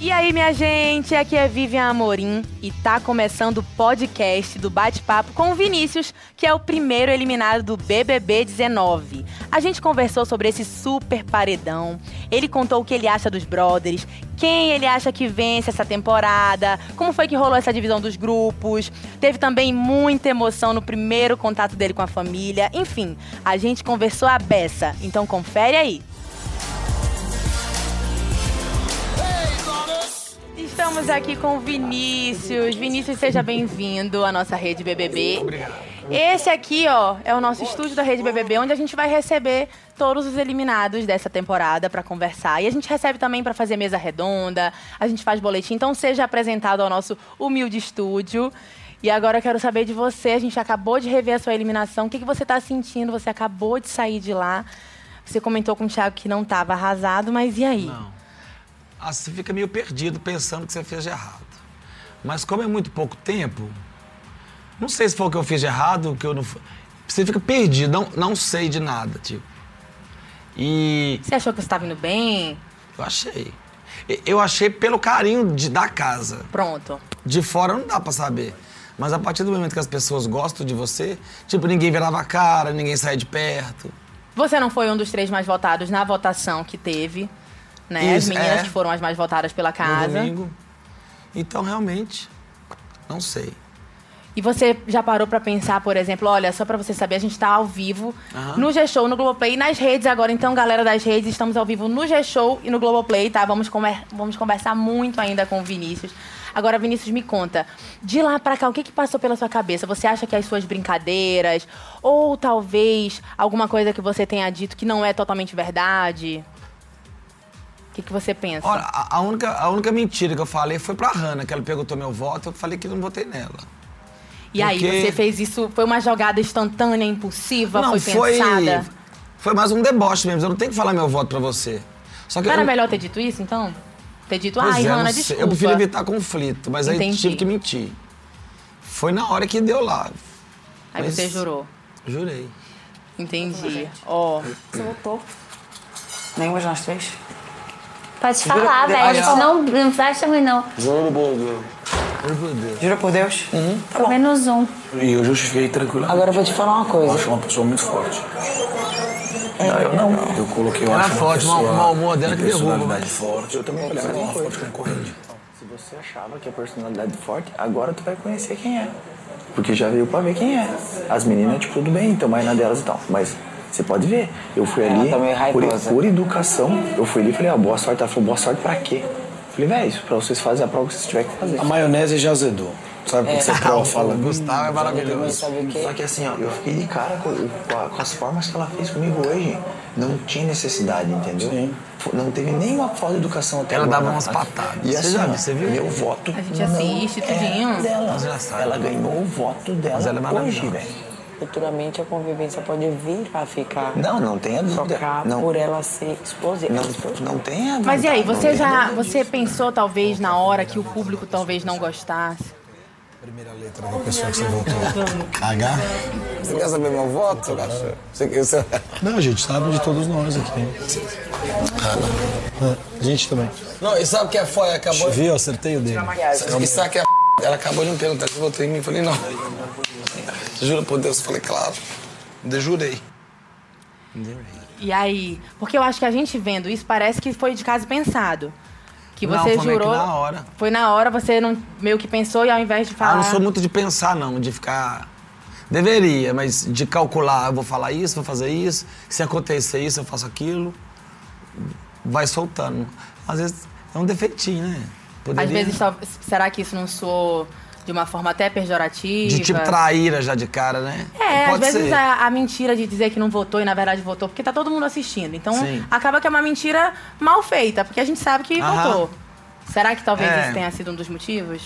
E aí, minha gente, aqui é Vivian Amorim e tá começando o podcast do Bate-Papo com o Vinícius, que é o primeiro eliminado do BBB 19. A gente conversou sobre esse super paredão, ele contou o que ele acha dos brothers, quem ele acha que vence essa temporada, como foi que rolou essa divisão dos grupos, teve também muita emoção no primeiro contato dele com a família, enfim, a gente conversou a beça, então confere aí. Estamos aqui com o Vinícius. Vinícius, seja bem-vindo à nossa rede BBB. Obrigado. Esse aqui, ó, é o nosso estúdio da rede BBB, onde a gente vai receber todos os eliminados dessa temporada para conversar. E a gente recebe também para fazer mesa redonda, a gente faz boletim. Então, seja apresentado ao nosso humilde estúdio. E agora eu quero saber de você. A gente acabou de rever a sua eliminação. O que, que você tá sentindo? Você acabou de sair de lá. Você comentou com o Thiago que não tava arrasado, mas e aí? Não. Ah, você fica meio perdido pensando que você fez de errado. Mas como é muito pouco tempo, não sei se foi o que eu fiz de errado, o que eu não. Você fica perdido, não, não sei de nada, tipo. E Você achou que você estava indo bem? eu achei. E- Eu achei pelo carinho de, da casa. Pronto. De fora não dá pra saber. Mas a partir do momento que as pessoas gostam de você, tipo, ninguém virava a cara, ninguém saía de perto. Você não foi um dos três mais votados na votação que teve, né? as Isso, meninas é. que foram as mais votadas pela No casa. domingo. Então, realmente, não sei. E você já parou pra pensar, por exemplo, olha, só pra você saber, a gente tá ao vivo Aham. no G-Show, no Globoplay e nas redes agora. Então, galera das redes, estamos ao vivo no G-Show e no Globoplay, tá? Vamos, comer- vamos conversar muito ainda com o Vinícius. Agora, Vinícius, me conta, de lá pra cá, o que que passou pela sua cabeça? Você acha que as suas brincadeiras, ou talvez alguma coisa que você tenha dito que não é totalmente verdade? O que que você pensa? Olha, a, a única, a única mentira que eu falei foi pra Hannah, que ela perguntou meu voto, eu falei que não votei nela. e aí, porque- você fez isso, foi uma jogada instantânea, impulsiva, não, foi pensada? Foi mais um deboche mesmo, eu não tenho que falar meu voto pra você. Só que Não era eu, melhor ter dito isso, então? Ter dito, Pois ai, é, não Hanna, sei, desculpa. Eu prefiro evitar conflito, mas aí Entendi. tive que mentir. Foi na hora que deu lá, Aí mas- você jurou. jurei. Entendi. Ó, Você votou. Nenhuma de nós três? Pode falar, Jura- velho. A Olha. gente não, não acha ruim, não. Juro por Deus. Juro por Deus. Jura por Deus? Pelo menos um. E eu justifiquei tranquilamente. Uhum. Agora eu vou te falar uma Eu coisa. acho uma pessoa muito forte. Não, eu não. Eu coloquei eu Ela é acho uma forte, pessoa mau- mau humor dela de que derruba. personalidade forte. Eu também olhava é uma forte concorrente. Se você achava que a personalidade é forte, agora tu vai conhecer quem é. Porque já veio pra ver quem é. As meninas, tipo, tudo bem, então vai na delas e tal. Mas você pode ver. Eu fui Ela ali, tá meio por, raivosa. por educação, eu fui ali e falei, ah, boa sorte. Ela falou, boa sorte pra quê? Falei, velho, isso pra vocês fazerem a prova que vocês tiverem que fazer. A maionese já azedou. Sabe o que tá você prova fala? O Gustavo é maravilhoso. Sabe o quê? Só que assim, ó, eu fiquei de cara com, com a- com as formas que ela fez comigo hoje. Não tinha necessidade, entendeu? Sim. F- Não teve nenhuma falta de educação até Ela agora. dava na umas casa. patadas. E Você assim, já ó, viu, você viu? meu vovoto A gente não assiste tudinho. é dela. Você já sabe. Ela ganhou o voto dela Mas ela é hoje, maravilhosa. velho. Futuramente a convivência pode vir a ficar. Não, não tenha dúvida. Trocar Não, por ela ser esposa. não, não tenha dúvida. mas e aí, não você tenha já. dúvida Você pensou talvez na hora que o público talvez não gostasse? Primeira letra da pessoa que você votou. H? Você quer saber meu voto, Cacho? Você, você... Não, a gente sabe de todos nós aqui. É, A gente também. Não, e sabe o que é foda? Acabou. Viu? Acertei o dele. E sabe o que é f***? Ela acabou de me perguntar se votou em mim. Eu falei, não. Juro por Deus, eu falei, claro. Eu Jurei. E aí? Porque eu acho que a gente vendo isso parece que foi de caso pensado. Que Não, você foi meio que jurou. na hora. Foi na hora, você não, meio que pensou e ao invés de falar. Ah, não sou muito de pensar, não, de ficar. Deveria, mas de calcular, eu vou falar isso, vou fazer isso, se acontecer isso, eu faço aquilo. Vai soltando. Às vezes é um defeitinho, né? Às Poderia- vezes, tal- será que isso não soou de uma forma até pejorativa? De tipo traíra já de cara, né? É, Pode às vezes ser. a, a mentira de dizer que não votou e na verdade votou, porque tá todo mundo assistindo. Então Sim. acaba que é uma mentira mal feita, porque a gente sabe que Aham. votou. Será que talvez É. esse tenha sido um dos motivos?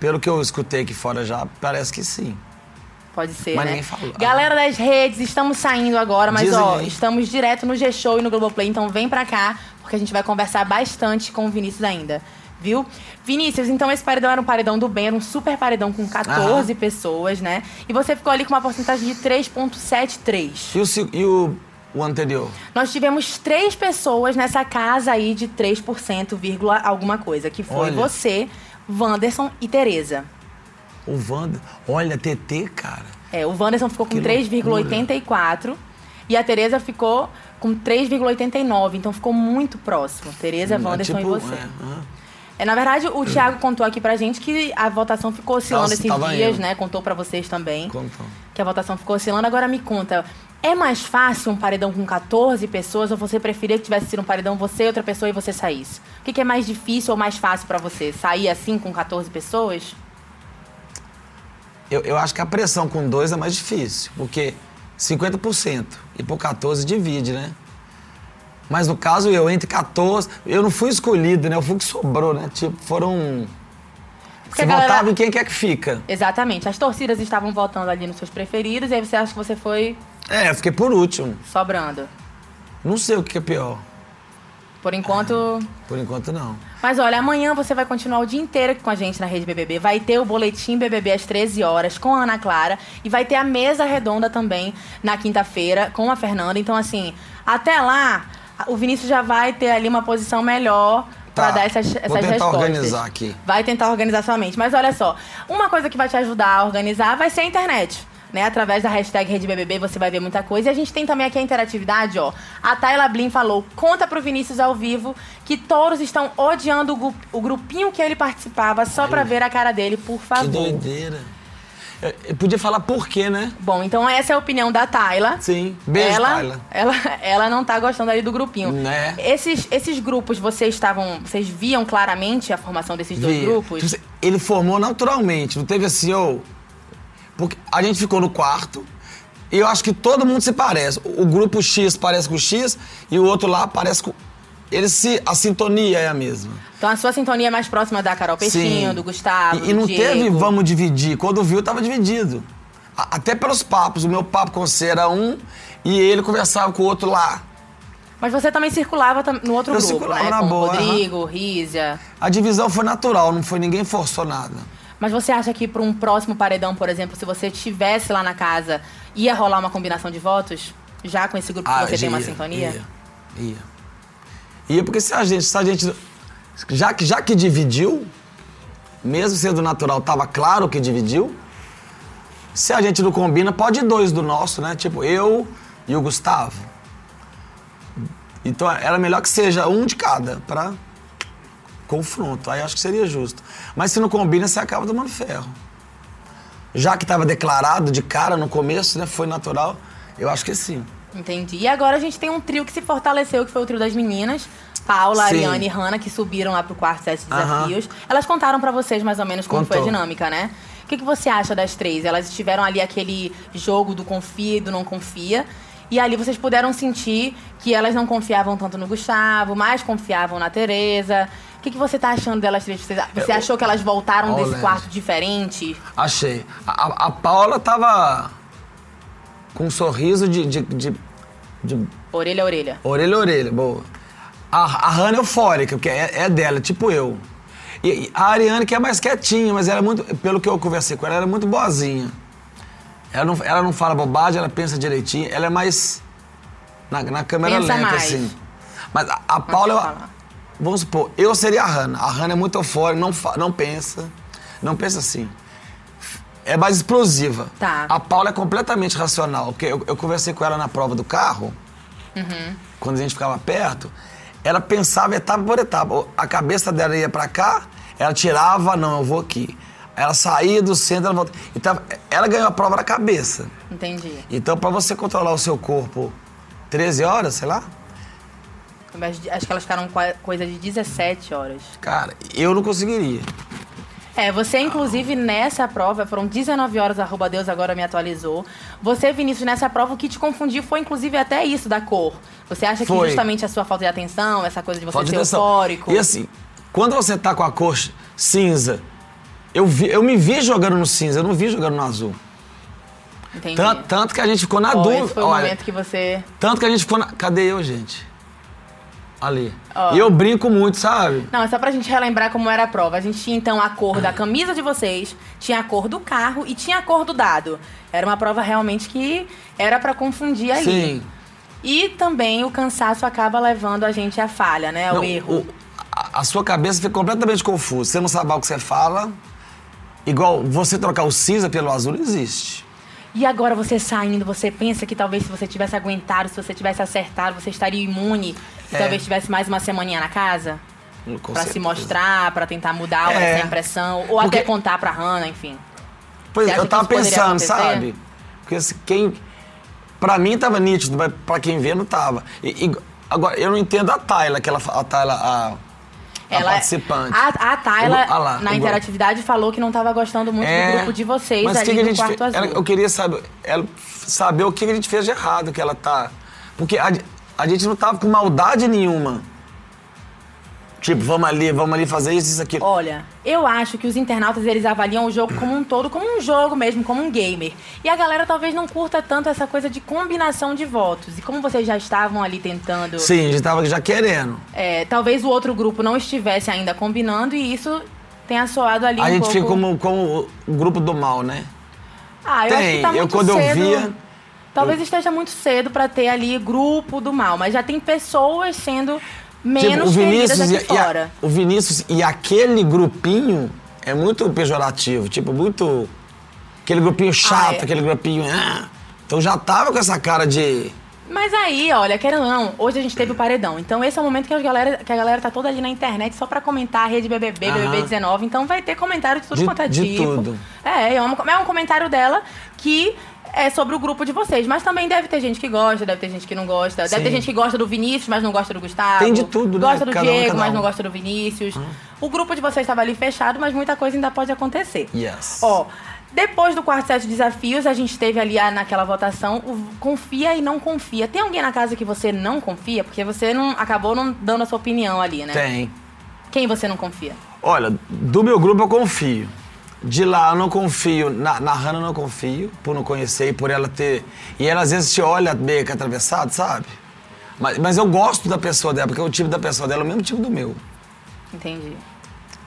Pelo que eu escutei aqui fora já, parece que sim. Pode ser, Mas né? ninguém falou. Galera das redes, estamos saindo agora, mas Dizem ó, aí. estamos direto no G-Show e no Globoplay, então vem pra cá, porque a gente vai conversar bastante com o Vinícius ainda. Viu? Vinícius, então esse paredão era um paredão do bem, era um super paredão com 14 pessoas, né? E você ficou ali com uma porcentagem de 3,73. E o, se- e o, o anterior. Nós tivemos três pessoas nessa casa aí de 3%, vírgula alguma coisa, que foi Olha. você, Wanderson e Tereza. O Wanda. Olha, TT, cara. É, o Wanderson ficou com Que 3,84 e a Tereza ficou com 3,89, então ficou muito próximo. Tereza, Wanderson e você. é, hã? É, na verdade, o Thiago contou aqui pra gente que a votação ficou oscilando Nossa, esses tava dias, indo. né? Contou pra vocês também. Contou. Que a votação ficou oscilando. Agora me conta, é mais fácil um paredão com 14 pessoas ou você preferia que tivesse sido um paredão você e outra pessoa e você saísse? O que, que é mais difícil ou mais fácil pra você? Sair assim com 14 pessoas? Eu, eu acho que a pressão com dois é mais difícil, porque 50% e por 14 divide, né? Mas no caso eu entre 14, eu não fui escolhido, né? Eu fui o que sobrou, né? Tipo, foram. Porque Você a galera- votava em quem quer que fica. Exatamente. As torcidas estavam votando ali nos seus preferidos e aí você acha que você foi É, eu fiquei por último. sobrando. Não sei o que que é pior. Por enquanto. Por enquanto não. Mas olha, amanhã você vai continuar o dia inteiro aqui com a gente na Rede BBB. Vai ter o boletim BBB às 13 horas com a Ana Clara e vai ter a mesa redonda também na quinta-feira com a Fernanda. Então assim, até lá o Vinícius já vai ter ali uma posição melhor pra Tá. dar essas, Vou essas tentar respostas. organizar aqui. Vai tentar organizar sua mente. Mas olha só, uma coisa que vai te ajudar a organizar vai ser a internet. Né, através da hashtag RedeBBB você vai ver muita coisa. E a gente tem também aqui a interatividade, ó. A Tayla Blin falou, conta pro Vinícius ao vivo que touros estão odiando o, gru- o grupinho que ele participava só pra ver a cara dele, por Que favor. doideira. Eu, eu podia falar por quê, né? Bom, então essa é a opinião da Tayla. Sim. Beijo, ela, Tayla. Ela, ela não tá gostando ali do grupinho. Né? Esses, esses grupos, vocês estavam. Vocês viam claramente a formação desses dois Via. grupos? Tipo assim, Ele formou naturalmente, não teve assim, ô. Porque a gente ficou no quarto e eu acho que todo mundo se parece. O o grupo X parece com o X e o outro lá parece com. Ele se, a sintonia é a mesma. Então a sua sintonia é mais próxima da Carol Peixinho, Sim. do Gustavo. E, e não do Diego. teve vamos dividir. Quando viu, tava dividido. A- até pelos papos. O meu papo com você era um e ele conversava com o outro lá. Mas você também circulava tam- no outro Eu grupo, circulava né? na Com o boa, Rodrigo, Rízia. A divisão foi natural, não foi ninguém forçou nada. Mas você acha que para um próximo paredão, por exemplo, se você tivesse lá na casa, ia rolar uma combinação de votos? Já com esse grupo que você tem uma Ah, ia, sintonia? Ia, ia. Ia porque se a gente, se a gente já que já que dividiu, mesmo sendo natural, tava claro que dividiu. Se a gente não combina, pode ir dois do nosso, né? Tipo eu e o Gustavo. Então era melhor que seja um de cada pra confronto. Aí acho que seria justo. Mas se não combina, você acaba tomando ferro. Já que estava declarado de cara no começo, né? Foi natural. Eu acho que sim. Entendi. E agora a gente tem um trio que se fortaleceu, que foi o trio das meninas. Paula, Sim. Ariane e Hanna, que subiram lá pro quarto set de Aham. desafios. Elas contaram pra vocês mais ou menos como foi a Contou. dinâmica, né? O que, que você acha das três? Elas tiveram ali aquele jogo do confia e do não confia. E ali vocês puderam sentir que elas não confiavam tanto no Gustavo, mas confiavam na Tereza. O que, que você tá achando delas três? Você, você achou que elas voltaram É, Olha, desse quarto diferente? Achei. A, a- a Paula tava com um sorriso de, de, de- de Orelha a orelha. orelha a orelha, boa. A, a Hannah é eufórica, porque é, é dela, tipo eu. E, e a Ariane que é mais quietinha, mas ela é muito, pelo que eu conversei com ela, ela é muito boazinha. Ela não, ela não fala bobagem, ela pensa direitinho, ela é mais na, na câmera Pensa lenta, mais. assim. Mas a, a Paula, eu- falar. vamos supor, eu seria a Hannah. A Hannah é muito eufórica, não, fa- não pensa, não pensa assim é mais explosiva. Tá. A Paula é completamente racional. Porque eu, eu conversei com ela na prova do carro, Uhum. quando a gente ficava perto, ela pensava etapa por etapa. A cabeça dela ia pra cá, ela tirava, não, eu vou aqui. Ela saía do centro, ela voltava. Então, ela ganhou a prova na cabeça. Entendi. Então, pra você controlar o seu corpo 13 horas, sei lá, Mas acho que elas ficaram com a coisa de 17 horas. cara, eu não conseguiria. É, você, inclusive, nessa prova, foram 19 horas, arroba Deus agora me atualizou. Você, Vinícius, nessa prova, o que te confundiu foi, inclusive, até isso da cor. Você acha que Foi. justamente a sua falta de atenção, essa coisa de você Falta de ser atenção. eufórico. E assim, quando você tá com a cor cinza, eu, vi- eu me vi jogando no cinza, eu não vi jogando no azul. Entendi. Tanto, tanto que a gente ficou na Ó, dúvida. esse foi o olha, momento que você. Tanto que a gente ficou na. Cadê eu, gente? Ali. Ó. E eu brinco muito, sabe? Não, é só pra gente relembrar como era a prova. A gente tinha então a cor da camisa de vocês, tinha a cor do carro É e tinha a cor do dado. Era uma prova realmente que era pra confundir ali. Sim. E também o cansaço acaba levando a gente à falha, né? Ao Não, erro. o- a, a sua cabeça fica completamente confusa. Você não sabe o que você fala. Igual você trocar o cinza pelo azul não existe. E agora você saindo, você pensa que talvez se você tivesse aguentado, se você tivesse acertado, você estaria imune. É. Talvez tivesse mais uma semaninha na casa. Com Pra se certeza. mostrar, pra tentar mudar É. essa impressão. Ou Porque- até contar pra Hannah, enfim. Pois Você é, acha eu que tava isso poderia pensando, acontecer? sabe? Porque se quem. Pra mim tava nítido, mas pra quem vê não tava. E- e- agora, eu não entendo a Tayla, que ela, fa- a Tayla, a, a é participante. A, a Tayla, Eu- ah lá, na eu- interatividade, falou que não tava gostando muito do grupo de vocês É. mas ali que que a no gente quarto fez? azul. Ela- eu queria saber, ela saber o que que a gente fez de errado que ela tá. Porque a, a gente não tava com maldade nenhuma. Tipo, vamos ali, vamos ali fazer isso, isso, aquilo. Olha, eu acho que os internautas eles avaliam o jogo como um todo, como um jogo mesmo, como um gamer. E a galera talvez não curta tanto essa coisa de combinação de votos. E como vocês já estavam ali tentando, Sim, a gente tava já querendo. é, talvez o outro grupo não estivesse ainda combinando e isso tenha soado ali a um gente pouco. fica como, como o grupo do mal, né? Ah, eu acho que Tem, tá eu muito quando eu cedo. via, Talvez esteja muito cedo pra ter ali grupo do mal, mas já tem pessoas sendo menos Tipo, queridas aqui e a- e a- fora. o Vinícius e aquele grupinho é muito pejorativo, tipo, muito. Aquele grupinho chato, é. aquele grupinho. ah. Então já tava com essa cara de. Mas aí, olha, querendo ou não, hoje a gente teve o paredão. Então esse é o momento que a galera, que a galera tá toda ali na internet só pra comentar a rede BBB, Aham. BBB 19. Então vai ter comentário de tudo De- quanto é de tipo. tudo. É, é um, é um comentário dela que é sobre o grupo de vocês. Mas também deve ter gente que gosta, deve ter gente que não gosta. Sim. Deve ter gente que gosta do Vinícius, mas não gosta do Gustavo. Tem de tudo, né? Gosta do Cada um, Diego, cada mas um. Hum. não gosta do Vinícius. O grupo de vocês estava ali fechado, mas muita coisa ainda pode acontecer. Yes. Ó, depois do quarto set de desafios, a gente teve ali a- naquela votação o confia e não confia. Tem alguém na casa que você não confia? Porque você não acabou não dando a sua opinião ali, né? Tem. Quem você não confia? Olha, do meu grupo eu confio. De lá eu não confio, na, na Hannah eu não confio, por não conhecer e por ela ter. E ela às vezes te olha meio que atravessado, sabe? Mas, mas eu gosto da pessoa dela, porque o tipo da pessoa dela é o mesmo tipo do meu. Entendi.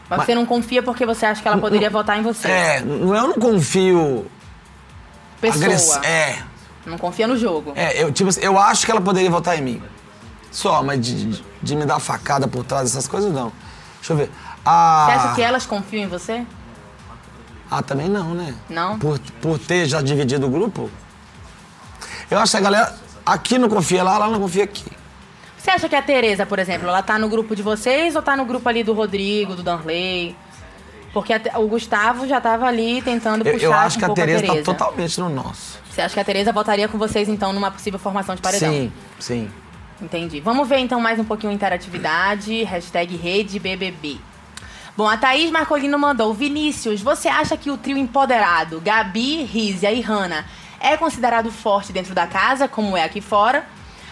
Mas, você não confia porque você acha que ela poderia votar em você. É, não eu não confio Pessoa. agress- É, Não confia no jogo. é eu, tipo, assim, eu acho que ela poderia votar em mim. Só, mas de, de- de me dar facada por trás dessas coisas, não. Deixa eu ver. Ah, Você acha que elas confiam em você? ah também não, né? Não? Por, por ter já dividido o grupo? Eu acho que a galera aqui não confia lá, lá não confia aqui. Você acha que a Tereza, por exemplo, ela tá no grupo de vocês ou tá no grupo ali do Rodrigo, do Danley? Porque a Te- o Gustavo já tava ali tentando Eu, puxar eu acho um que a pouco Tereza a tá Tereza. totalmente no nosso. Você acha que a Tereza votaria com vocês, então, numa possível formação de paredão? Sim, sim. Entendi. Vamos ver, então, mais um pouquinho interatividade. Hashtag RedeBBB. Bom, a Thaís Marcolino mandou. Vinícius, você acha que o trio empoderado, Gabi, Rízia e Hanna, é considerado forte dentro da casa, como é aqui fora?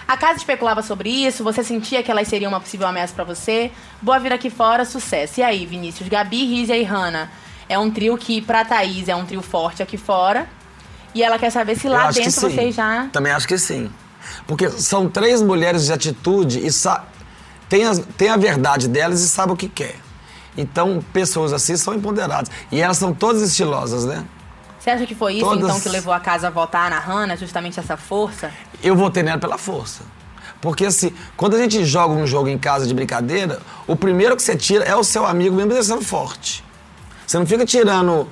A casa especulava sobre isso, você sentia que elas seriam uma possível ameaça pra você? Boa vida aqui fora, sucesso. E aí, Vinícius, Gabi, Rízia e Hanna? É um trio que, pra Thaís, é um trio forte aqui fora. E ela quer saber se Eu lá acho que dentro sim. Tá vocês já... Também acho que sim. Porque são três mulheres de atitude e sa... tem, as- tem a verdade delas e sabe o que quer. Então, pessoas assim são empoderadas. E elas são todas estilosas, né? Você acha que foi isso, Todas- então, que levou a casa a votar na Hannah, justamente essa força? Eu votei nela pela força. Porque assim, quando a gente joga um jogo em casa de brincadeira, o primeiro que você tira é o seu amigo, mesmo ele sendo forte. Você não fica tirando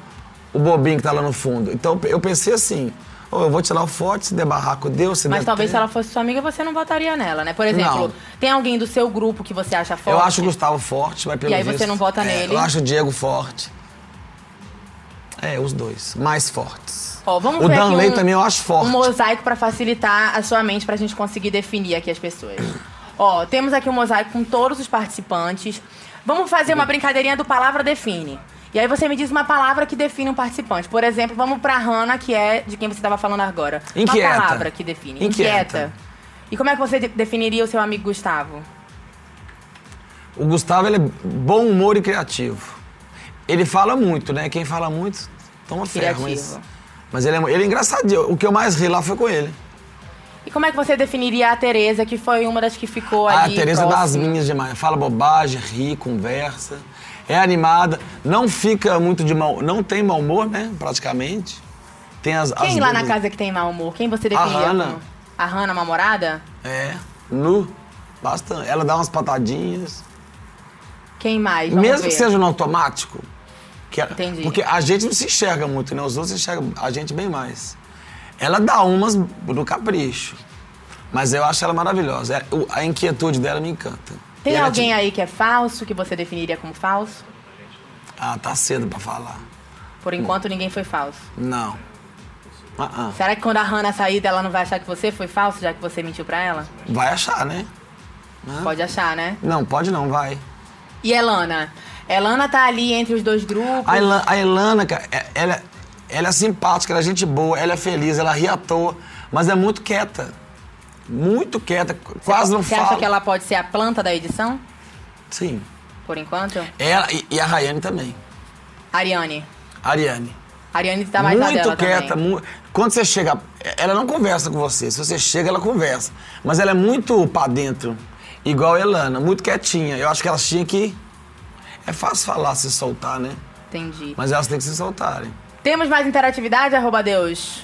o bobinho que tá lá no fundo. Então, eu pensei assim, "Oh, eu vou tirar o forte, se der barraco, Deus, se Mas der talvez se treta." ela fosse sua amiga, você não votaria nela, né? Por exemplo, Não. tem alguém do seu grupo que você acha forte? Eu acho o Gustavo forte, mas pelo aí você visto- não vota É, nele. Eu acho o Diego forte. É, os dois. Mais fortes. Ó, vamos o ver Danley aqui um, também eu acho forte. Um mosaico pra facilitar a sua mente pra gente conseguir definir aqui as pessoas. Ó, temos aqui um mosaico com todos os participantes. Vamos fazer uma brincadeirinha do palavra define. E aí você me diz uma palavra que define um participante. Por exemplo, vamos pra Hannah, que é de quem você tava falando agora. Inquieta. Uma palavra que define. Inquieta. E como é que você de- definiria o seu amigo Gustavo? O Gustavo, ele é bom humor e criativo. Ele fala muito, né? Quem fala muito, toma ferro. Mas, Criativo. mas ele, é, ele é engraçadinho. O que eu mais ri lá foi com ele. E como é que você definiria a Tereza, que foi uma das que ficou Ah, a ali? Tereza é das próxima? minhas demais. Fala bobagem, ri, conversa. É animada. Não fica muito de mal... Não tem mau humor, né? Praticamente. Tem as, as Quem lá na dúvidas. casa que tem mau humor? Quem você A definiria? Hannah. como? A Hannah, a namorada? É. Nu. Bastante. Ela dá umas patadinhas. Quem mais? Vamos Mesmo ver. que seja no automático. Que ela- Entendi. Porque a gente não se enxerga muito, né? Os outros enxergam a gente bem mais. Ela dá umas no capricho. Mas eu acho ela maravilhosa. É, o- A inquietude dela me encanta. E Tem ela alguém te- aí que é falso, que você definiria como falso? Ah, tá cedo pra falar. Por Hum. enquanto, ninguém foi falso. Não. Ah, ah. Será que quando a Hannah sair dela, ela não vai achar que você foi falso, já que você mentiu pra ela? Vai achar, né? Pode achar, né? Não, pode não, vai. E Elana? Elana tá ali entre os dois grupos. A, Ilan- a Ilana, cara, é- ela, ela é simpática, ela é gente boa, ela é feliz, ela ri à toa, mas é muito quieta. Muito quieta, qu- quase não Você fala. acha que ela pode ser a planta da edição, Sim. por enquanto? Ela e, e a Rayane também. Ariane. A Ariane. Ariane tá mais na muito dela quieta. também. mu- Quando você chega, ela não conversa com você. Se você chega, ela conversa. Mas ela é muito pra dentro. Igual a Elana, muito quietinha. Eu acho que elas tinham que. É fácil falar se soltar, né? Entendi. Mas elas têm que se soltarem. Temos mais interatividade, arroba Deus?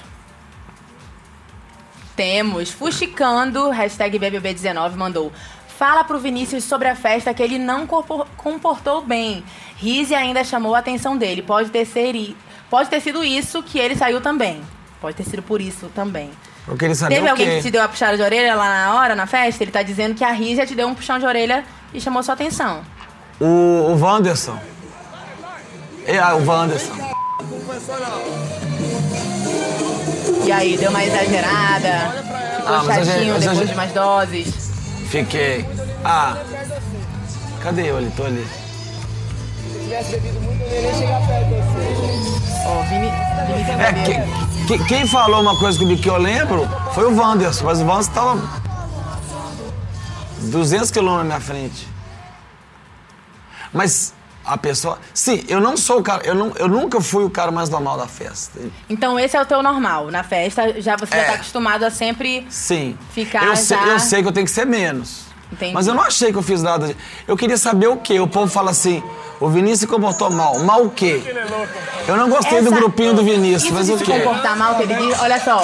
Temos. Fuxicando, hashtag BBB19 mandou. Fala pro Vinícius sobre a festa que ele não corpo- comportou bem. Rizzi ainda chamou a atenção dele. Pode ter, ser i- Pode ter sido isso que ele saiu também. Pode ter sido por isso também. Eu queria saber Teve o alguém quê? que te deu a puxada de orelha lá na hora, na festa? Ele tá dizendo que a Rizia te deu um puxão de orelha e chamou sua atenção. O, o Wanderson. É, ah, o Wanderson. E aí, deu uma exagerada? Ficou Ah, mas eu já- chatinho eu já- depois de mais doses? Fiquei. Ah. Cadê eu ali? Tô ali. Ó, Vini... Vini tem É, cabelo. que- que- quem falou uma coisa comigo que eu lembro foi o Wanderson, mas o Wanderson tava 200 quilômetros na minha frente. Mas a pessoa. Sim, eu não sou o cara. Eu, não, eu nunca fui o cara mais normal da festa. Então esse é o teu normal. Na festa, já você já É. tá acostumado a sempre. Sim. Ficar eu, sei, já- eu sei que eu tenho que ser menos. Entendi. Mas eu não achei que eu fiz nada. de- Eu queria saber o quê. O povo fala assim: o Vinícius se comportou mal. Mal o quê? Eu não gostei do Essa- grupinho do Vinícius, Isso mas de o se quê? comportar mal que ele diz, olha só,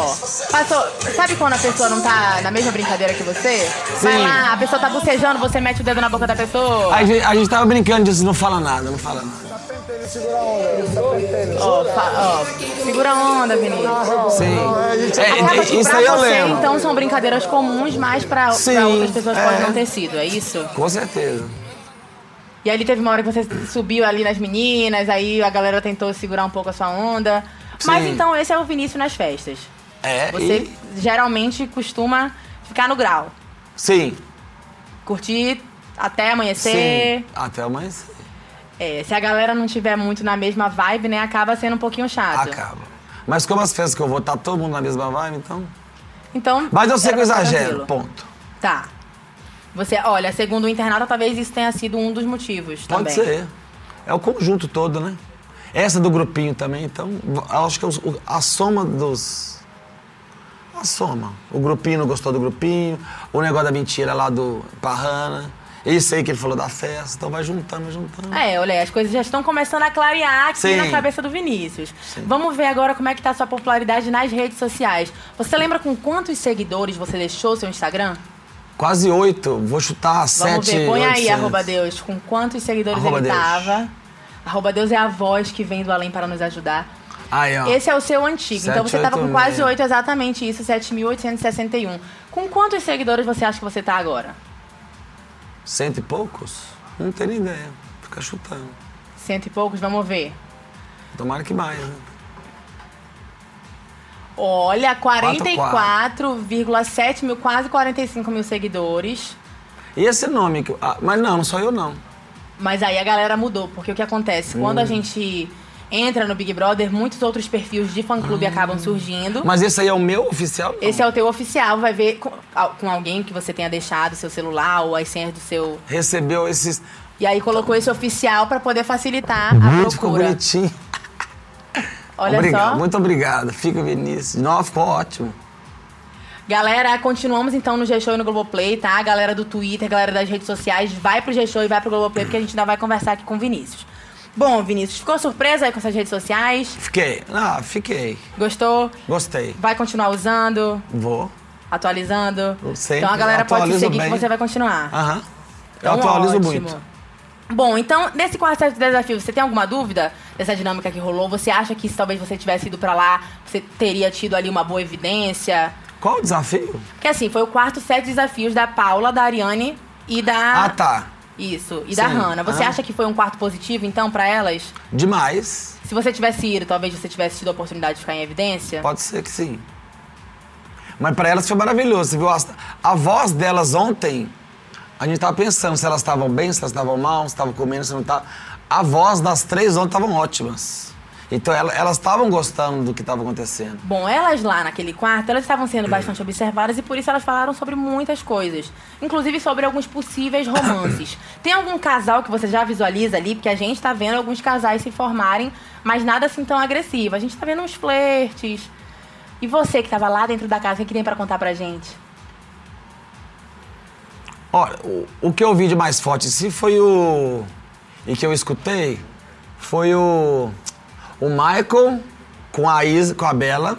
passou. Sabe quando a pessoa não tá na mesma brincadeira que você? Vai Sim. lá, a pessoa tá bocejando, você mete o dedo na boca da pessoa. A gente, a gente tava brincando disso, não fala nada, não fala nada. Ó, fa- ó, segura a onda, Vinícius. Sim. É, Acaba que é, isso pra aí eu você, lembro. então, são brincadeiras comuns, mas pra, Sim, pra outras pessoas é. pode não ter sido, é isso? Com certeza. E aí teve uma hora que você subiu ali nas meninas, aí a galera tentou segurar um pouco a sua onda. Mas Sim. então esse é o Vinícius nas festas. É, Você e- geralmente costuma ficar no grau. Sim. Curtir até amanhecer. Sim. Até amanhã É, se a galera não tiver muito na mesma vibe, né, acaba sendo um pouquinho chato. acaba. Mas como as festas que eu vou, tá todo mundo na mesma vibe, então. Então. Mas eu sei era que eu pra ficar exagero. tranquilo. Ponto. Tá. Você, olha, segundo o internauta, talvez isso tenha sido um dos motivos Pode também. ser. É o conjunto todo, né? Essa do grupinho também, então, eu acho que os- o- a soma dos. A soma. O grupinho não gostou do grupinho, o negócio da mentira lá do Parrana. Isso aí que ele falou da festa, então vai juntando, vai juntando. É, olha, as coisas já estão começando a clarear aqui Sim. na cabeça do Vinícius. Vamos ver agora como é que tá a sua popularidade nas redes sociais. Você lembra com quantos seguidores você deixou seu Instagram? Quase oito, vou chutar Vamos sete. ver, põe aí, 800. arroba Deus, com quantos seguidores Arroba ele Deus. tava. Arroba Deus é a voz que vem do além para nos ajudar. Aí, ó. Esse é o seu antigo, então Ah. Sete, você tava com oito, quase meia. oito, exatamente isso, 7.861. Com quantos seguidores você acha que você tá agora? é- Cento e poucos? Não tenho nem ideia. Fica chutando. Cento e poucos, vamos ver. Tomara que mais, né? Olha, Quatro, 44,7 mil, quase 45 mil seguidores. E esse nome que. eu- ah, mas não, não sou eu, não. Mas aí a galera mudou, porque o que acontece? Hum. Quando a gente entra no Big Brother, muitos outros perfis de fã-clube acabam surgindo. Hum. Mas esse aí é o meu oficial? Não. Esse é o teu oficial, vai ver com, al- com alguém que você tenha deixado seu celular ou as senhas do seu. Recebeu esses. E aí colocou esse oficial pra poder facilitar a Ficou procura. Tá. bonitinho. Olha obrigado, só. muito obrigado. Fica, Vinícius. Não, ficou ótimo. Galera, continuamos então no G-Show e no Globoplay, tá? Galera do Twitter, galera das redes sociais, vai pro G-Show e vai pro Globoplay, porque a gente ainda vai conversar aqui com o Vinícius. Bom, Vinícius, ficou surpresa aí com essas redes sociais? Fiquei. Ah, fiquei. Gostou? Gostei. Vai continuar usando? Vou. atualizando. Sempre então a galera pode te atualizo seguir que bem. você vai continuar. Aham. Eu Então, atualizo ótimo. muito. Bom, então, nesse quarteto de desafio, você tem alguma dúvida dessa dinâmica que rolou? Você acha que se talvez você tivesse ido pra lá, você teria tido ali uma boa evidência? Qual o desafio? Porque assim, foi o quarto set de desafios da Paula, da Ariane e da. Ah, tá. Isso, e da Sim. Hannah. Você Ah. acha que foi um quarto positivo, então, pra elas? Demais. Se você tivesse ido, talvez você tivesse tido a oportunidade de ficar em evidência? Pode ser que sim. Mas pra elas foi maravilhoso. Você viu as- a voz delas ontem? A gente tava pensando se elas estavam bem, se elas estavam mal, se estavam comendo, se não estavam. A voz das três ontem estavam ótimas. Então ela- elas estavam gostando do que estava acontecendo. Bom, elas lá naquele quarto, elas estavam sendo bastante observadas e por isso elas falaram sobre muitas coisas. Inclusive sobre alguns possíveis romances. Tem algum casal que você já visualiza ali? Porque a gente tá vendo alguns casais se formarem, mas nada assim tão agressivo. A gente tá vendo uns flertes. E você que tava lá dentro da casa, o que, que tem pra contar pra gente? Olha, o, o que eu vi de mais forte em si foi o. E que eu escutei foi o. O Michael com a Isa, com a Bela.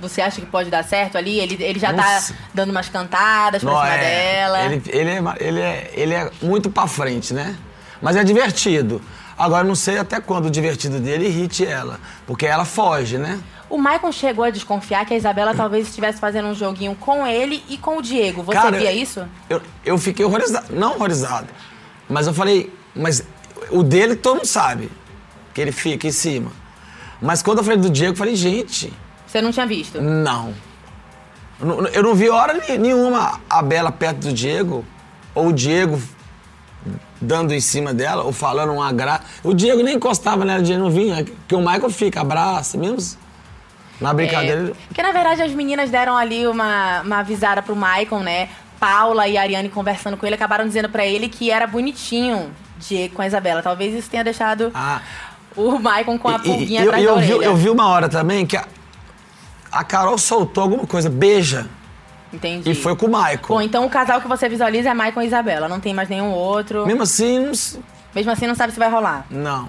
Você acha que pode dar certo ali? Ele, ele já Nossa. tá dando umas cantadas pra Não, cima é, dela. Ele, ele, é, ma- ele, é, ele é muito pra frente, né? Mas é divertido. Agora eu não sei até quando o divertido dele irrite ela. Porque ela foge, né? O Maicon chegou a desconfiar que a Isabela talvez estivesse fazendo um joguinho com ele e com o Diego. Você Cara, via eu- isso? Eu, eu fiquei horrorizado. Não horrorizado. Mas eu falei, mas o dele todo mundo sabe. Que ele fica em cima. Mas quando eu falei do Diego, eu falei, gente, Você não tinha visto? não. Eu não- Eu não vi hora ni- nenhuma a Bela perto do Diego, ou o Diego dando em cima dela, ou falando um agra. O Diego nem encostava nela, o Diego não vinha. Porque o Michael fica, abraça, mesmo s- na brincadeira. É, porque na verdade as meninas deram ali uma, uma avisada pro Maicon, né? Paula e a Ariane conversando com ele acabaram dizendo pra ele que era bonitinho Diego com a Isabela. Talvez isso tenha deixado Ah. o Maicon com a E- e- pulguinha e eu, atrás eu da vi, orelha. eu vi uma hora também que a, a Carol soltou alguma coisa, beija, Entendi. e foi com o Michael. Bom, então o casal que você visualiza é Maicon e Isabela. Não tem mais nenhum outro. Mesmo assim, não s- Mesmo assim, não sabe se vai rolar. não.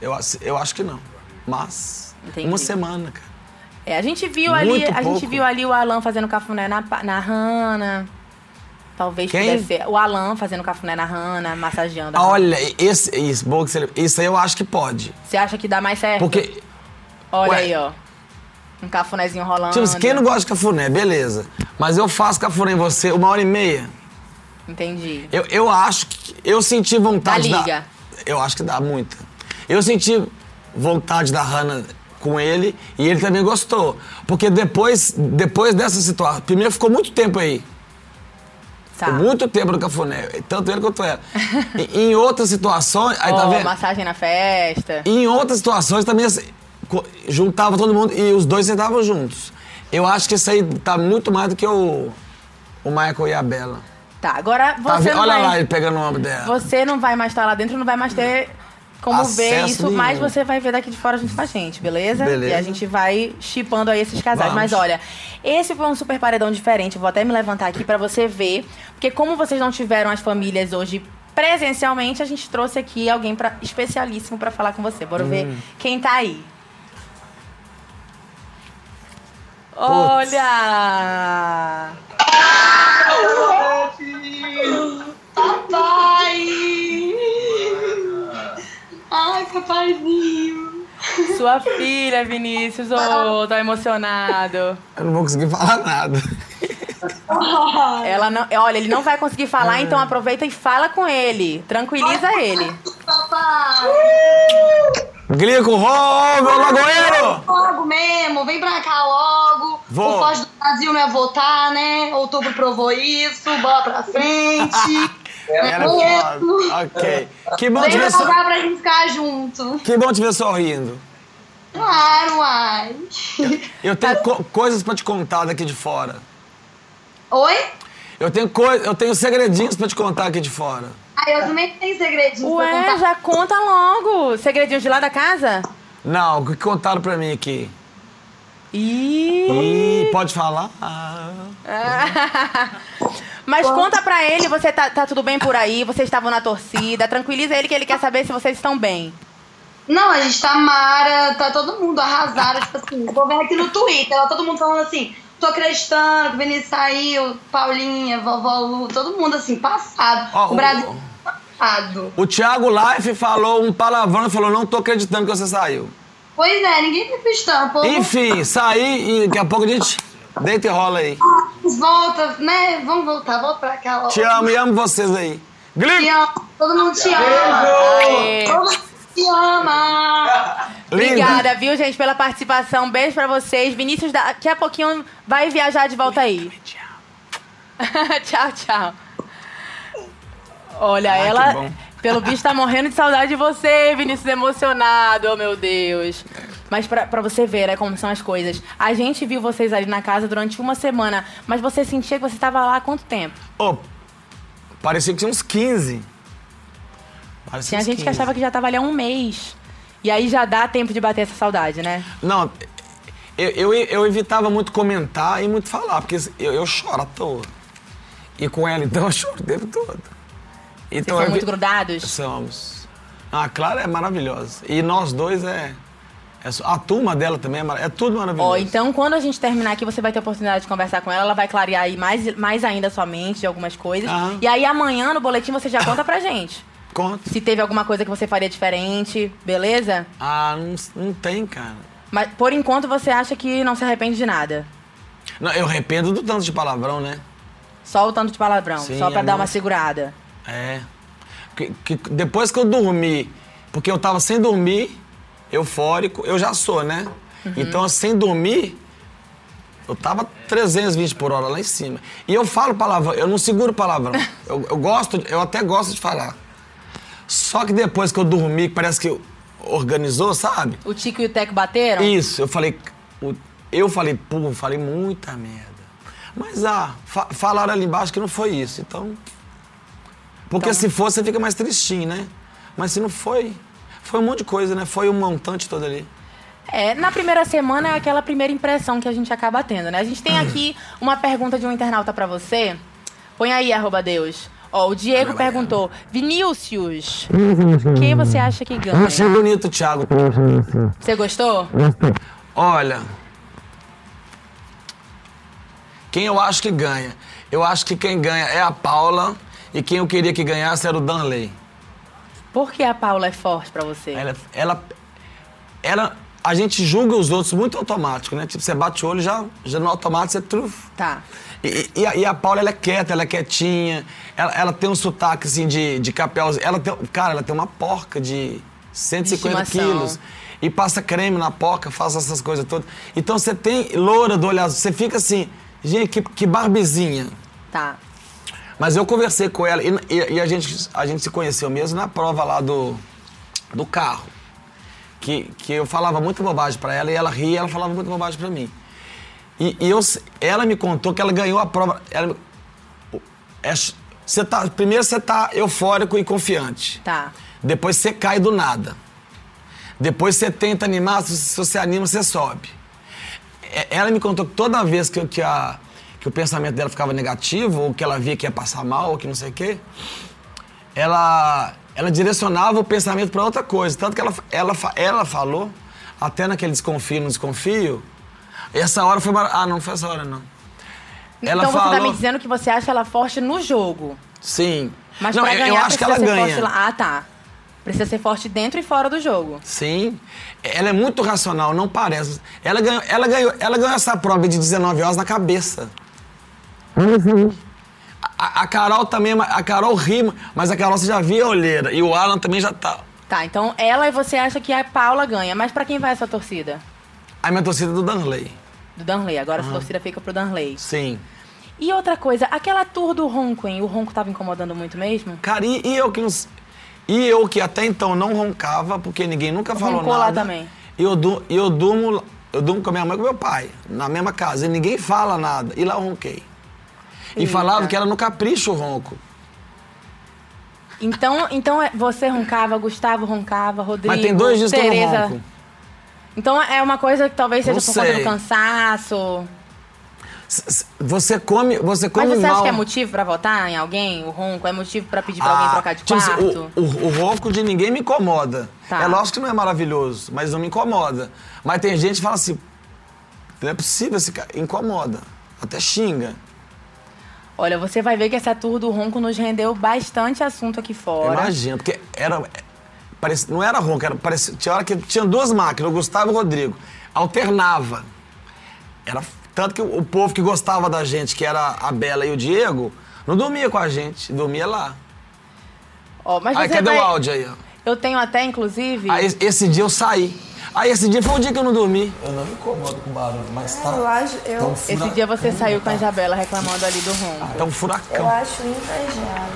Eu, ac- eu acho que não. Mas, Entendi. uma semana, cara. É, a gente viu ali, Muito a gente pouco. viu ali o Alan fazendo cafuné na, pa- na Hanna. Talvez Quem? pudesse ser. O Alan fazendo cafuné na Hanna, massageando. a Ah, Hannah. Olha, esse, isso, boa que você lembra. Isso aí eu acho que pode. Você acha que dá mais certo? Porque, Olha Ué. aí, ó. Um cafunézinho rolando. tipo, assim, quem não gosta de cafuné, beleza. Mas eu faço cafuné em você uma hora e meia. Entendi. Eu, eu acho que. Eu senti vontade Dá da. liga. Eu acho que dá muita. Eu senti vontade da Hannah com ele e ele também gostou. Porque depois, depois dessa situação. Primeiro ficou muito tempo aí. Tá. Ficou muito tempo no cafuné. Tanto ele quanto ela. E- em outras situações. Aí tá Ó, vendo? massagem na festa. E em outras situações também assim, co- juntava todo mundo e os dois sentavam juntos. Eu acho que isso aí tá muito mais do que o, o Michael e a Bela. Tá, agora Tá você vendo? não Olha vai... lá ele pegando o ombro dela. Você não vai mais estar lá dentro, não vai mais ter como Acesso ver isso, nenhum. mas você vai ver daqui de fora junto com a gente, beleza? Beleza. E a gente vai chipando aí esses casais. Vamos. Mas olha, esse foi um super paredão diferente. Eu vou até me levantar aqui pra você ver, porque como vocês não tiveram as famílias hoje presencialmente, a gente trouxe aqui alguém pra, especialíssimo pra falar com você. Bora ver Hum. quem tá aí. Olha! Papai! Ai, papaizinho! Sua filha, Vinícius. Ô, tá emocionado. Eu não vou conseguir falar nada. Ela não, é, olha, ele não vai conseguir falar, então aproveita e fala com ele. Tranquiliza ele. Papai! Glico, ô, ô, meu lagoeiro! Logo mesmo, vem pra cá logo. Vou. O Foz do Brasil não é votar, né? Outubro provou isso, bola pra frente. Era Não é foda. mesmo? Ok. Que bom, te Vem ver pra sor- cá pra gente ficar junto. que bom te ver sorrindo. Claro, ai. Eu tenho co- coisas pra te contar daqui de fora. Oi? Eu tenho, coi- eu tenho segredinhos pra te contar aqui de fora. Ai, eu também tenho segredinho pra Ué, contar. já conta logo. Segredinho de lá da casa? Não, o que contaram pra mim aqui? Ih. Ih, pode falar? Ah. Mas conta pra ele, você tá, tá tudo bem por aí, vocês estavam na torcida. Tranquiliza ele que ele quer saber se vocês estão bem. Não, a é gente tá mara, tá todo mundo arrasado, tipo assim, vou ver aqui no Twitter, ó, todo mundo falando assim, tô acreditando que o Vinícius saiu, Paulinha, vovó Lu, todo mundo assim, passado. Ó, o o- Brasil tá passado. O Thiago Life falou um palavrão e falou: não tô acreditando que você saiu. Pois é, ninguém me pistou. Pô, Enfim, saí e daqui a pouco a gente deita e rola aí. volta, né? Vamos voltar, volta pra cá. ó. Te amo e amo vocês aí. Te Glico! amo, todo mundo te ama. Aê. Todo mundo te ama. Linda! Obrigada, viu, gente, pela participação. Beijo pra vocês. Vinícius, daqui a pouquinho vai viajar de volta aí. tchau, tchau. Olha, que ela, bom. pelo visto, tá morrendo de saudade de você, Vinícius, emocionado. Oh, meu Deus. Mas pra, pra você ver, né, como são as coisas. A gente viu vocês ali na casa durante uma semana, mas você sentia que você tava lá há quanto tempo? Ô, parecia que tinha uns 15. Parecia Tinha uns gente que 15. achava que já tava ali há um mês. E aí já dá tempo de bater essa saudade, né? Não, eu, eu, eu evitava muito comentar e muito falar, porque eu, eu choro à toa. E com ela, então, eu choro o tempo todo. Vocês Então, são eu muito vi- grudados. Somos. A Clara é maravilhosa. E nós dois é. é só- a turma dela também é maravilhosa. É tudo maravilhoso. Ó, então quando a gente terminar aqui, você vai ter a oportunidade de conversar com ela. Ela vai clarear aí mais, mais ainda a sua mente de algumas coisas. Aham. E aí amanhã no boletim você já conta pra gente. Conta. Se teve alguma coisa que você faria diferente, beleza? Ah, não, não tem, cara. Mas por enquanto você acha que não se arrepende de nada. Não, eu arrependo do tanto de palavrão, né? Só o tanto de palavrão, Sim, só pra é dar uma muito. segurada. É. Que- que- depois que eu dormi, porque eu tava sem dormir, eufórico, eu já sou, né? Então, sem dormir, eu tava 320 por hora lá em cima. E eu falo palavrão, eu não seguro palavrão. eu, eu gosto, de- eu até gosto de falar. Só que depois que eu dormi, que parece que organizou, sabe? O Tico e o Teco bateram? Isso, eu falei. o- Eu falei, pô, falei muita merda. Mas ah, fa- falaram ali embaixo que não foi isso, então. Porque se for, você fica mais tristinho, né? Mas se não foi, foi um monte de coisa, né? Foi um montante todo ali. É, na primeira semana é aquela primeira impressão que a gente acaba tendo, né? A gente tem aqui uma pergunta de um internauta pra você. Põe aí, arroba Deus. Ó, o Diego né? perguntou, Vinícius, quem você acha que ganha? Achei bonito, Thiago. Você gostou? Olha. Quem eu acho que ganha? Eu acho que quem ganha é a Paula e quem eu queria que ganhasse era o Danley. Por que a Paula é forte pra você? Ela, ela, ela, a gente julga os outros muito automático, né? Tipo, você bate o olho já, já no automático você truf. Tá. E, e a, e a Paula, ela é quieta, ela é quietinha, ela, ela tem um sotaque, assim, de, de capelzinho. Ela tem, cara, ela tem uma porca de 150 De estimação. quilos. E passa creme na porca, faz essas coisas todas. Então você tem loura do olho azul, você fica assim, gente, que, que barbezinha. Tá. Mas eu conversei com ela e, e- e a, gente, a gente se conheceu mesmo na prova lá do, do carro. Que, que eu falava muita bobagem pra ela e ela ria, ela falava muita bobagem pra mim. E, e eu, ela me contou que ela ganhou a prova. Ela, é, você tá, primeiro você tá eufórico e confiante. Tá. Depois você cai do nada. Depois você tenta animar, se se você anima, você sobe. É, Ela me contou que toda vez que, eu- que a- que o pensamento dela ficava negativo, ou que ela via que ia passar mal, ou que não sei o quê, ela, ela direcionava o pensamento para outra coisa. Tanto que ela, ela, fa- ela falou, até naquele desconfio, não desconfio, essa hora foi... mara- Ah, não foi essa hora, não. Ela então você tá falou- me dizendo que você acha ela forte no jogo. Sim. Mas não, pra eu, eu ganhar acho que precisa ela ser ganha. forte lá. Ah, tá. Precisa ser forte dentro e fora do jogo. Sim. Ela é muito racional, não parece. Ela ganhou, ela ganhou, ela ganhou essa prova de 19 horas na cabeça. A, a Carol também, é ma- a Carol rima, mas a Carol você já via a olheira. E o Alan também já tá. Tá, então ela e você acha que a Paula ganha. Mas pra quem vai essa torcida? A minha torcida é do Danley. Do Danley. Agora Ah. a torcida fica pro Danley. Sim. E outra coisa, aquela tour do ronco, hein? O ronco tava incomodando muito mesmo? Cara, e, e eu que não s- E eu que até então não roncava, porque ninguém nunca falou Roncou lá nada. também. E eu, du- e eu durmo. lá- Eu durmo com a minha mãe e com meu pai, na mesma casa, e ninguém fala nada. E lá eu ronquei. E falava que era no capricho o ronco. Então, então é- você roncava, Gustavo roncava, Rodrigo, Mas tem dois dias que eu não Tereza. ronco. Então é uma coisa que talvez seja Não por conta do sei. cansaço. S- s- Você come, você come um Mas você mal. acha que é motivo pra votar em alguém? O ronco é motivo pra pedir pra alguém Ah, trocar de tipo assim, quarto? o, o, o ronco de ninguém me incomoda. Tá. É lógico que não é maravilhoso, mas não me incomoda. Mas tem gente que fala assim, não é possível, esse cara incomoda. até xinga. Olha, você vai ver que essa tour do Ronco nos rendeu bastante assunto aqui fora. Imagina, porque era. parecia- não era ronco, era, parecia, tinha hora que tinha duas máquinas, o Gustavo e o Rodrigo. Alternava. Era, tanto que o, o povo que gostava da gente, que era a Bela e o Diego, não dormia com a gente, dormia lá. Ó, mas Aí, você cadê vai- o áudio aí? ó? Eu tenho até, inclusive. Aí esse- esse dia eu saí. Aí esse dia foi o dia que eu não dormi. Eu não me incomodo com barulho, mas tá. Eu acho, eu, Tão esse fura- dia você saiu com a Isabela reclamando ali do Ronco. Tá um eu furacão. acho invejável.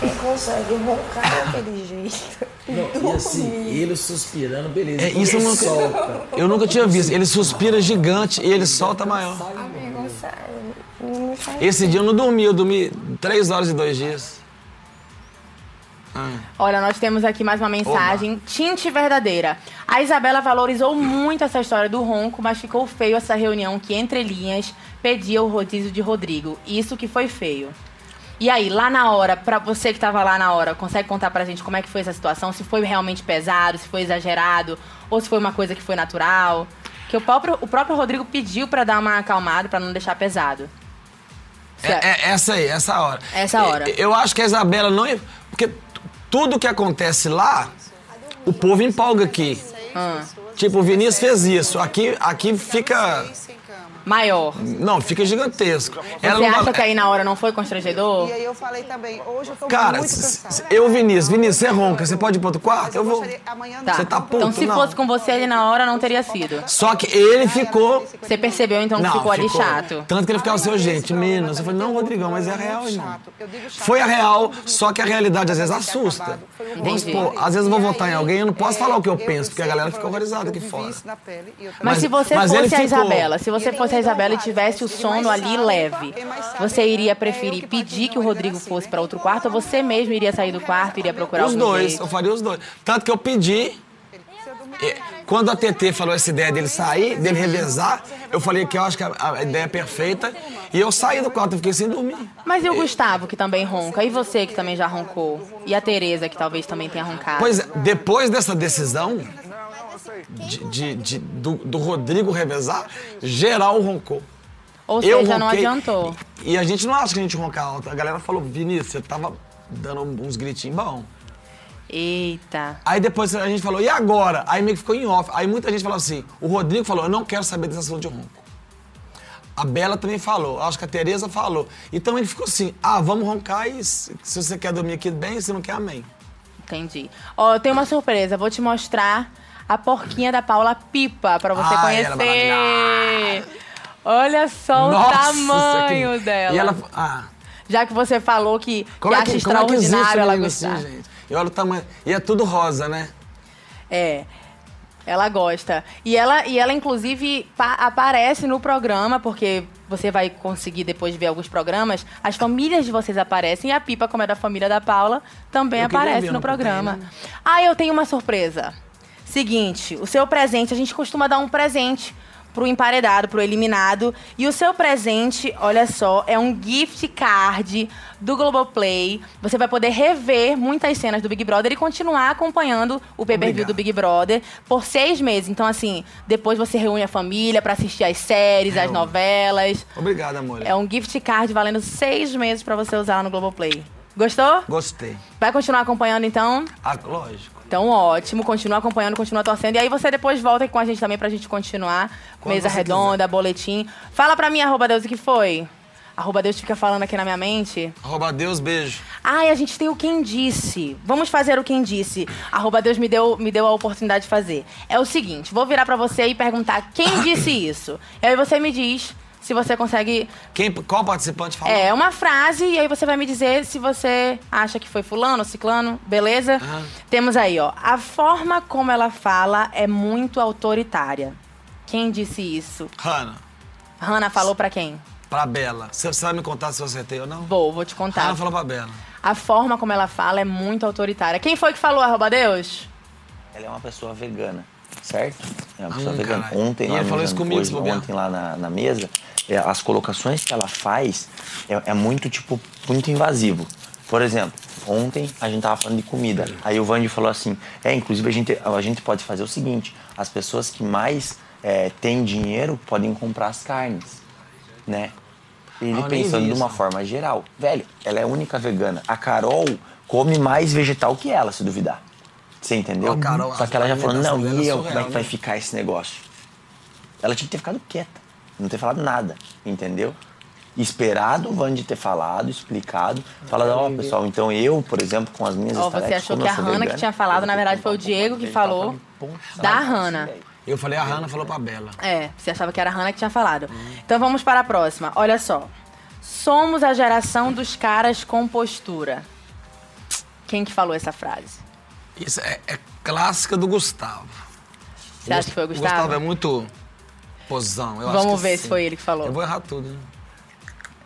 Quem consegue roncar daquele jeito? Não, e assim, ele suspirando, beleza. É, isso eu ele nunca, solta. eu nunca tinha visto. Ele suspira gigante e ele solta maior. Não sai, não sai. Esse dia eu não dormi, eu dormi três horas e dois dias. Olha, nós temos aqui mais uma mensagem. Tinte verdadeira. A Isabela valorizou muito essa história do Ronco, mas ficou feio essa reunião que, entre linhas, pedia o rodízio de Rodrigo. Isso que foi feio. E aí, lá na hora, pra você que tava lá na hora, consegue contar pra gente como é que foi essa situação? Se foi realmente pesado, se foi exagerado, ou se foi uma coisa que foi natural? Que o próprio, o próprio Rodrigo pediu pra dar uma acalmada, pra não deixar pesado. É, é- essa aí, essa hora. Essa hora. E- Eu acho que a Isabela não. ia- Porque t- tudo que acontece lá, o povo empolga aqui. Tipo, o Vinícius fez isso. Aqui, aqui fica. Maior. Não, fica gigantesco. Ela Você não acha vai- que aí na hora não foi constrangedor? aí eu falei também, hoje eu tô Cara, se- se- eu, Vinícius, Vinícius, você é ronca, você pode ir pro outro quarto? Eu vou. amanhã Tá. Você tá puto, Então, se não. fosse com você ali na hora, não teria sido. Só que ele ficou. Você percebeu, então, que Não, ficou ali chato. Tanto que ele ficava assim, "Ô, gente, menos. Eu falei, um não, Rodrigão, mas é a real, irmão. Foi a real, só que a realidade às vezes assusta. Vamos Entendi. supor, às vezes eu vou votar em alguém um e eu não é, posso falar o que eu penso, porque a galera fica horrorizada aqui fora. Mas, Mas- se você mas ele fosse a ficou. Isabela, se você fosse a Isabela e tivesse o sono ali leve, você iria preferir pedir que o Rodrigo fosse pra outro quarto ou você mesmo iria sair do quarto, iria procurar Os algum dois, eu jeito? faria os dois. Tanto que eu pedi. e- É, Quando a TT falou essa ideia dele sair, dele revezar, eu falei que eu acho que a, a ideia é perfeita. E eu saí do quarto, eu fiquei sem dormir. Mas e o Gustavo, que também ronca? E você, que também já roncou? E a Tereza, que talvez também tenha roncado? Pois é, depois dessa decisão de, de- de- do, do Rodrigo revezar, geral roncou. Ou Eu seja, não ronquei. adiantou. E a gente não acha que a gente ronca alto. A galera falou, Vinícius, você tava dando uns gritinhos bons. Eita. Aí depois a gente falou, e agora? Aí meio que ficou em off. Aí muita gente falou assim, o Rodrigo falou, eu não quero saber desse assunto de ronco. A Bela também falou, acho que a Tereza falou. Então ele ficou assim, ah, vamos roncar e se se você quer dormir aqui bem, se não quer, amém. Entendi. Ó, eu tenho uma surpresa. Vou te mostrar a porquinha da Paula Pipa pra você Ai, ela é conhecer. Olha só o tamanho que- dela. E ela, ah, Já que você falou que, que como é acha que, como é que extraordinário existe ela menino gostar. assim, gente? E olha o tamanho. E é tudo rosa, né? É. Ela gosta. E ela, e ela inclusive, pa- aparece no programa, porque você vai conseguir depois ver alguns programas. As famílias de vocês aparecem e a Pipa, como é da família da Paula, também Eu queria aparece ver, no não contei, programa. né? Ah, eu tenho uma surpresa. Seguinte, o seu presente, a gente costuma dar um presente pro emparedado, pro eliminado. E o seu presente, olha só, é um gift card do Globoplay. Você vai poder rever muitas cenas do Big Brother e continuar acompanhando o pay-per-view Obrigado. do Big Brother por seis meses. Então, assim, depois você reúne a família pra assistir as séries, as Reúne. novelas. Obrigado, amor. É um gift card valendo seis meses pra você usar lá no Globoplay. Gostou? Gostei. Vai continuar acompanhando, então? Ah, lógico. Então, ótimo. Continua acompanhando, continua torcendo. E aí você depois volta aqui com a gente também pra gente continuar. Quando Mesa você redonda, boletim. Fala pra mim, arroba Deus, o que foi? Arroba Deus fica falando aqui na minha mente. Arroba Deus, beijo. Ai, a gente tem o Quem Disse. Vamos fazer o Quem Disse. Arroba Deus me deu, me deu a oportunidade de fazer. É o seguinte, vou virar pra você e perguntar quem disse isso. E aí você me diz se você consegue... Quem, qual participante falou? É, uma frase e aí você vai me dizer se você acha que foi fulano, ciclano, beleza? Temos aí, ó. A forma como ela fala é muito autoritária. Quem disse isso? Hanna, Hannah falou pra quem? pra Bela. Você você vai me contar se eu acertei ou não? Vou, vou te contar. Hanna falou pra Bela. A forma como ela fala é muito autoritária. Quem foi que falou, arroba Deus? Ela é uma pessoa vegana, certo? É uma pessoa Hum, vegana. caralho. Ontem E lá ele no falou isso Jânio comigo, Coisa, se bobear. ontem lá na, na mesa, é, as colocações que ela faz é, é muito, tipo, muito invasivo. Por exemplo, ontem a gente tava falando de comida. Aí o Vandy falou assim: é, inclusive a gente, a gente pode fazer o seguinte: as pessoas que mais é, têm dinheiro podem comprar as carnes. né? Ele eu nem pensando vi de uma forma geral. Velho, ela é a única vegana. A Carol come mais vegetal que ela, se duvidar. Você entendeu? A Carol, Só que ela a já falou, alimentação não, dela é e eu, surreal, como é que vai né? ficar esse negócio? Ela tinha que ter ficado quieta, não ter falado nada, entendeu? Esperado o Vandi ter falado, explicado, falado, ó, pessoal, então eu, por exemplo, com as minhas É, Ó, você estalecas, achou como que a eu sou Hanna que vegana, tinha falado, na verdade foi o Diego tá que falou da Hanna. Eu falei, a Hanna falou pra Bela. É, você achava que era a Hannah que tinha falado. Então vamos para a próxima. Olha só. Somos a geração dos caras com postura. Quem que falou essa frase? Isso é, é clássica do Gustavo. Você acha que foi o Gustavo? Gustavo é muito posão. Eu acho vamos que ver sim. se foi ele que falou. Eu vou errar tudo. né?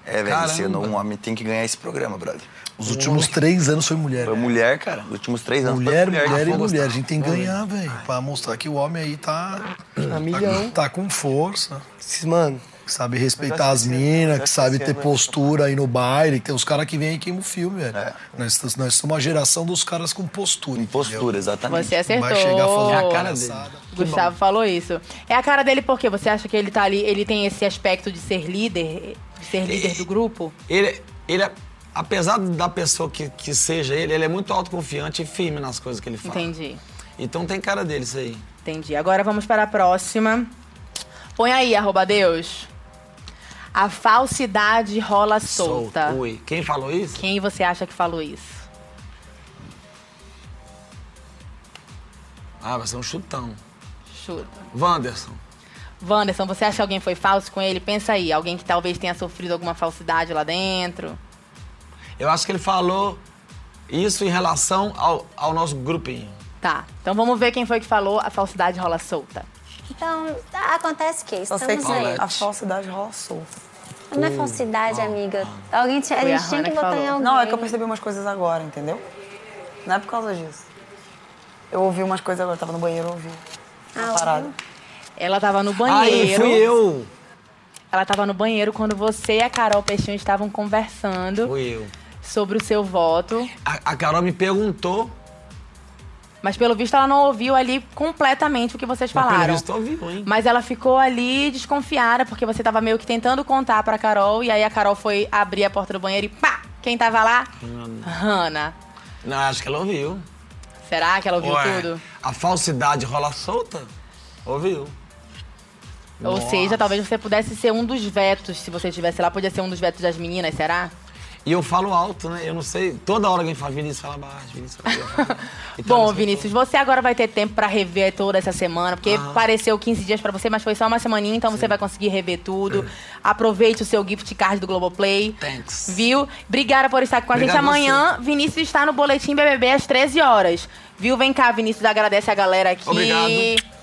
É, velho, Caramba. sendo um homem tem que ganhar esse programa, brother. Os últimos três anos foi mulher. Foi mulher, cara. Os últimos três anos Mulher, foi mulher e mulher. Ah, vou mulher. A gostar. gente tem que Vamos ver. ganhar, velho. Pra mostrar que o homem aí tá. A milhão. Tá com força. Mano. Sabe respeitar as minas, que sabe ter postura aí no baile. que Tem os caras que vêm aí e queimam o filme, velho. Nós, nós somos a geração dos caras com postura. Com postura, exatamente. Você é acertou. Vai chegar falando É a cara dele. Gustavo falou isso. É a cara dele porque você acha que ele tá ali, ele tem esse aspecto de ser líder, de ser líder do grupo? Ele, ele é- apesar da pessoa que, que seja ele, ele é muito autoconfiante e firme nas coisas que ele fala. Entendi. Então tem cara dele isso aí. Entendi. Agora vamos para a próxima. Põe aí, arroba Deus. A falsidade rola solta. Ui, quem falou isso? Quem você acha que falou isso? Ah, vai ser um chutão. Chuta. Wanderson. Wanderson, você acha que alguém foi falso com ele? Pensa aí, alguém que talvez tenha sofrido alguma falsidade lá dentro. Eu acho que ele falou isso em relação ao, ao nosso grupinho. Tá, então vamos ver quem foi que falou a falsidade rola solta. Então, tá, acontece que Só estamos sei que aí. a falsidade rola solta. Não é falsidade, amiga. Alguém tinha, a Foi a gente tinha Hannah que que votar falou. em alguém. Não, é que eu percebi umas coisas agora, entendeu? Não é por causa disso. Eu ouvi umas coisas agora, tava no banheiro, eu ouvi. Ah, Uma parada. Ela tava no Aí, banheiro. fui eu. Ela tava no banheiro quando você e a Carol Peixinho estavam conversando Fui eu. sobre o seu voto. A, a Carol me perguntou. Mas pelo visto ela não ouviu ali completamente o que vocês Mas falaram. pelo visto ouviu, hein? Mas ela ficou ali desconfiada porque você tava meio que tentando contar pra Carol e aí a Carol foi abrir a porta do banheiro e pá, quem tava lá? Hannah. Não, acho que ela ouviu. Será que ela ouviu Ué, tudo? A falsidade rola solta? Ouviu. Ou Nossa. seja, talvez você pudesse ser um dos vetos, se você estivesse lá, podia ser um dos vetos das meninas, será? E eu falo alto, né? Eu não sei. Toda hora alguém fala, Vinícius, fala baixo, Vinícius, fala baixo. tá Então, Bom, Vinícius, você agora vai ter tempo pra rever toda essa semana, porque Ah. pareceu 15 dias pra você, mas foi só uma semaninha, então você vai conseguir rever É. tudo. Aproveite o seu gift card do Globoplay. Thanks. Viu? Obrigada por estar aqui com Obrigado a a gente. Amanhã, Vinícius está no Boletim BBB às 13 horas. Viu? Vem cá, Vinícius, agradece a galera aqui. Obrigado.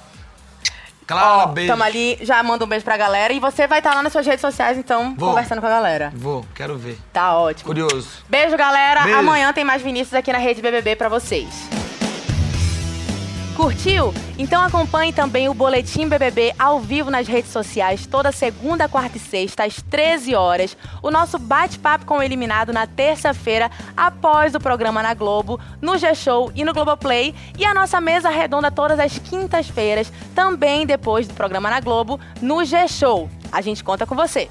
Clara, beijo. Tamo ali, já manda um beijo pra galera. E você vai estar lá nas suas redes sociais, então, Vou. conversando com a galera. Vou, quero ver. Tá ótimo. Curioso. Beijo, galera. Beijo. Amanhã tem mais Vinícius aqui na Rede BBB pra vocês. Curtiu? Então acompanhe também o Boletim BBB ao vivo nas redes sociais toda segunda, quarta e sexta às 13 horas. O nosso bate-papo com o eliminado na terça-feira após o programa na Globo, no G-Show e no Globoplay. E a nossa mesa redonda todas as quintas-feiras, também depois do programa na Globo, no G-Show. A gente conta com você.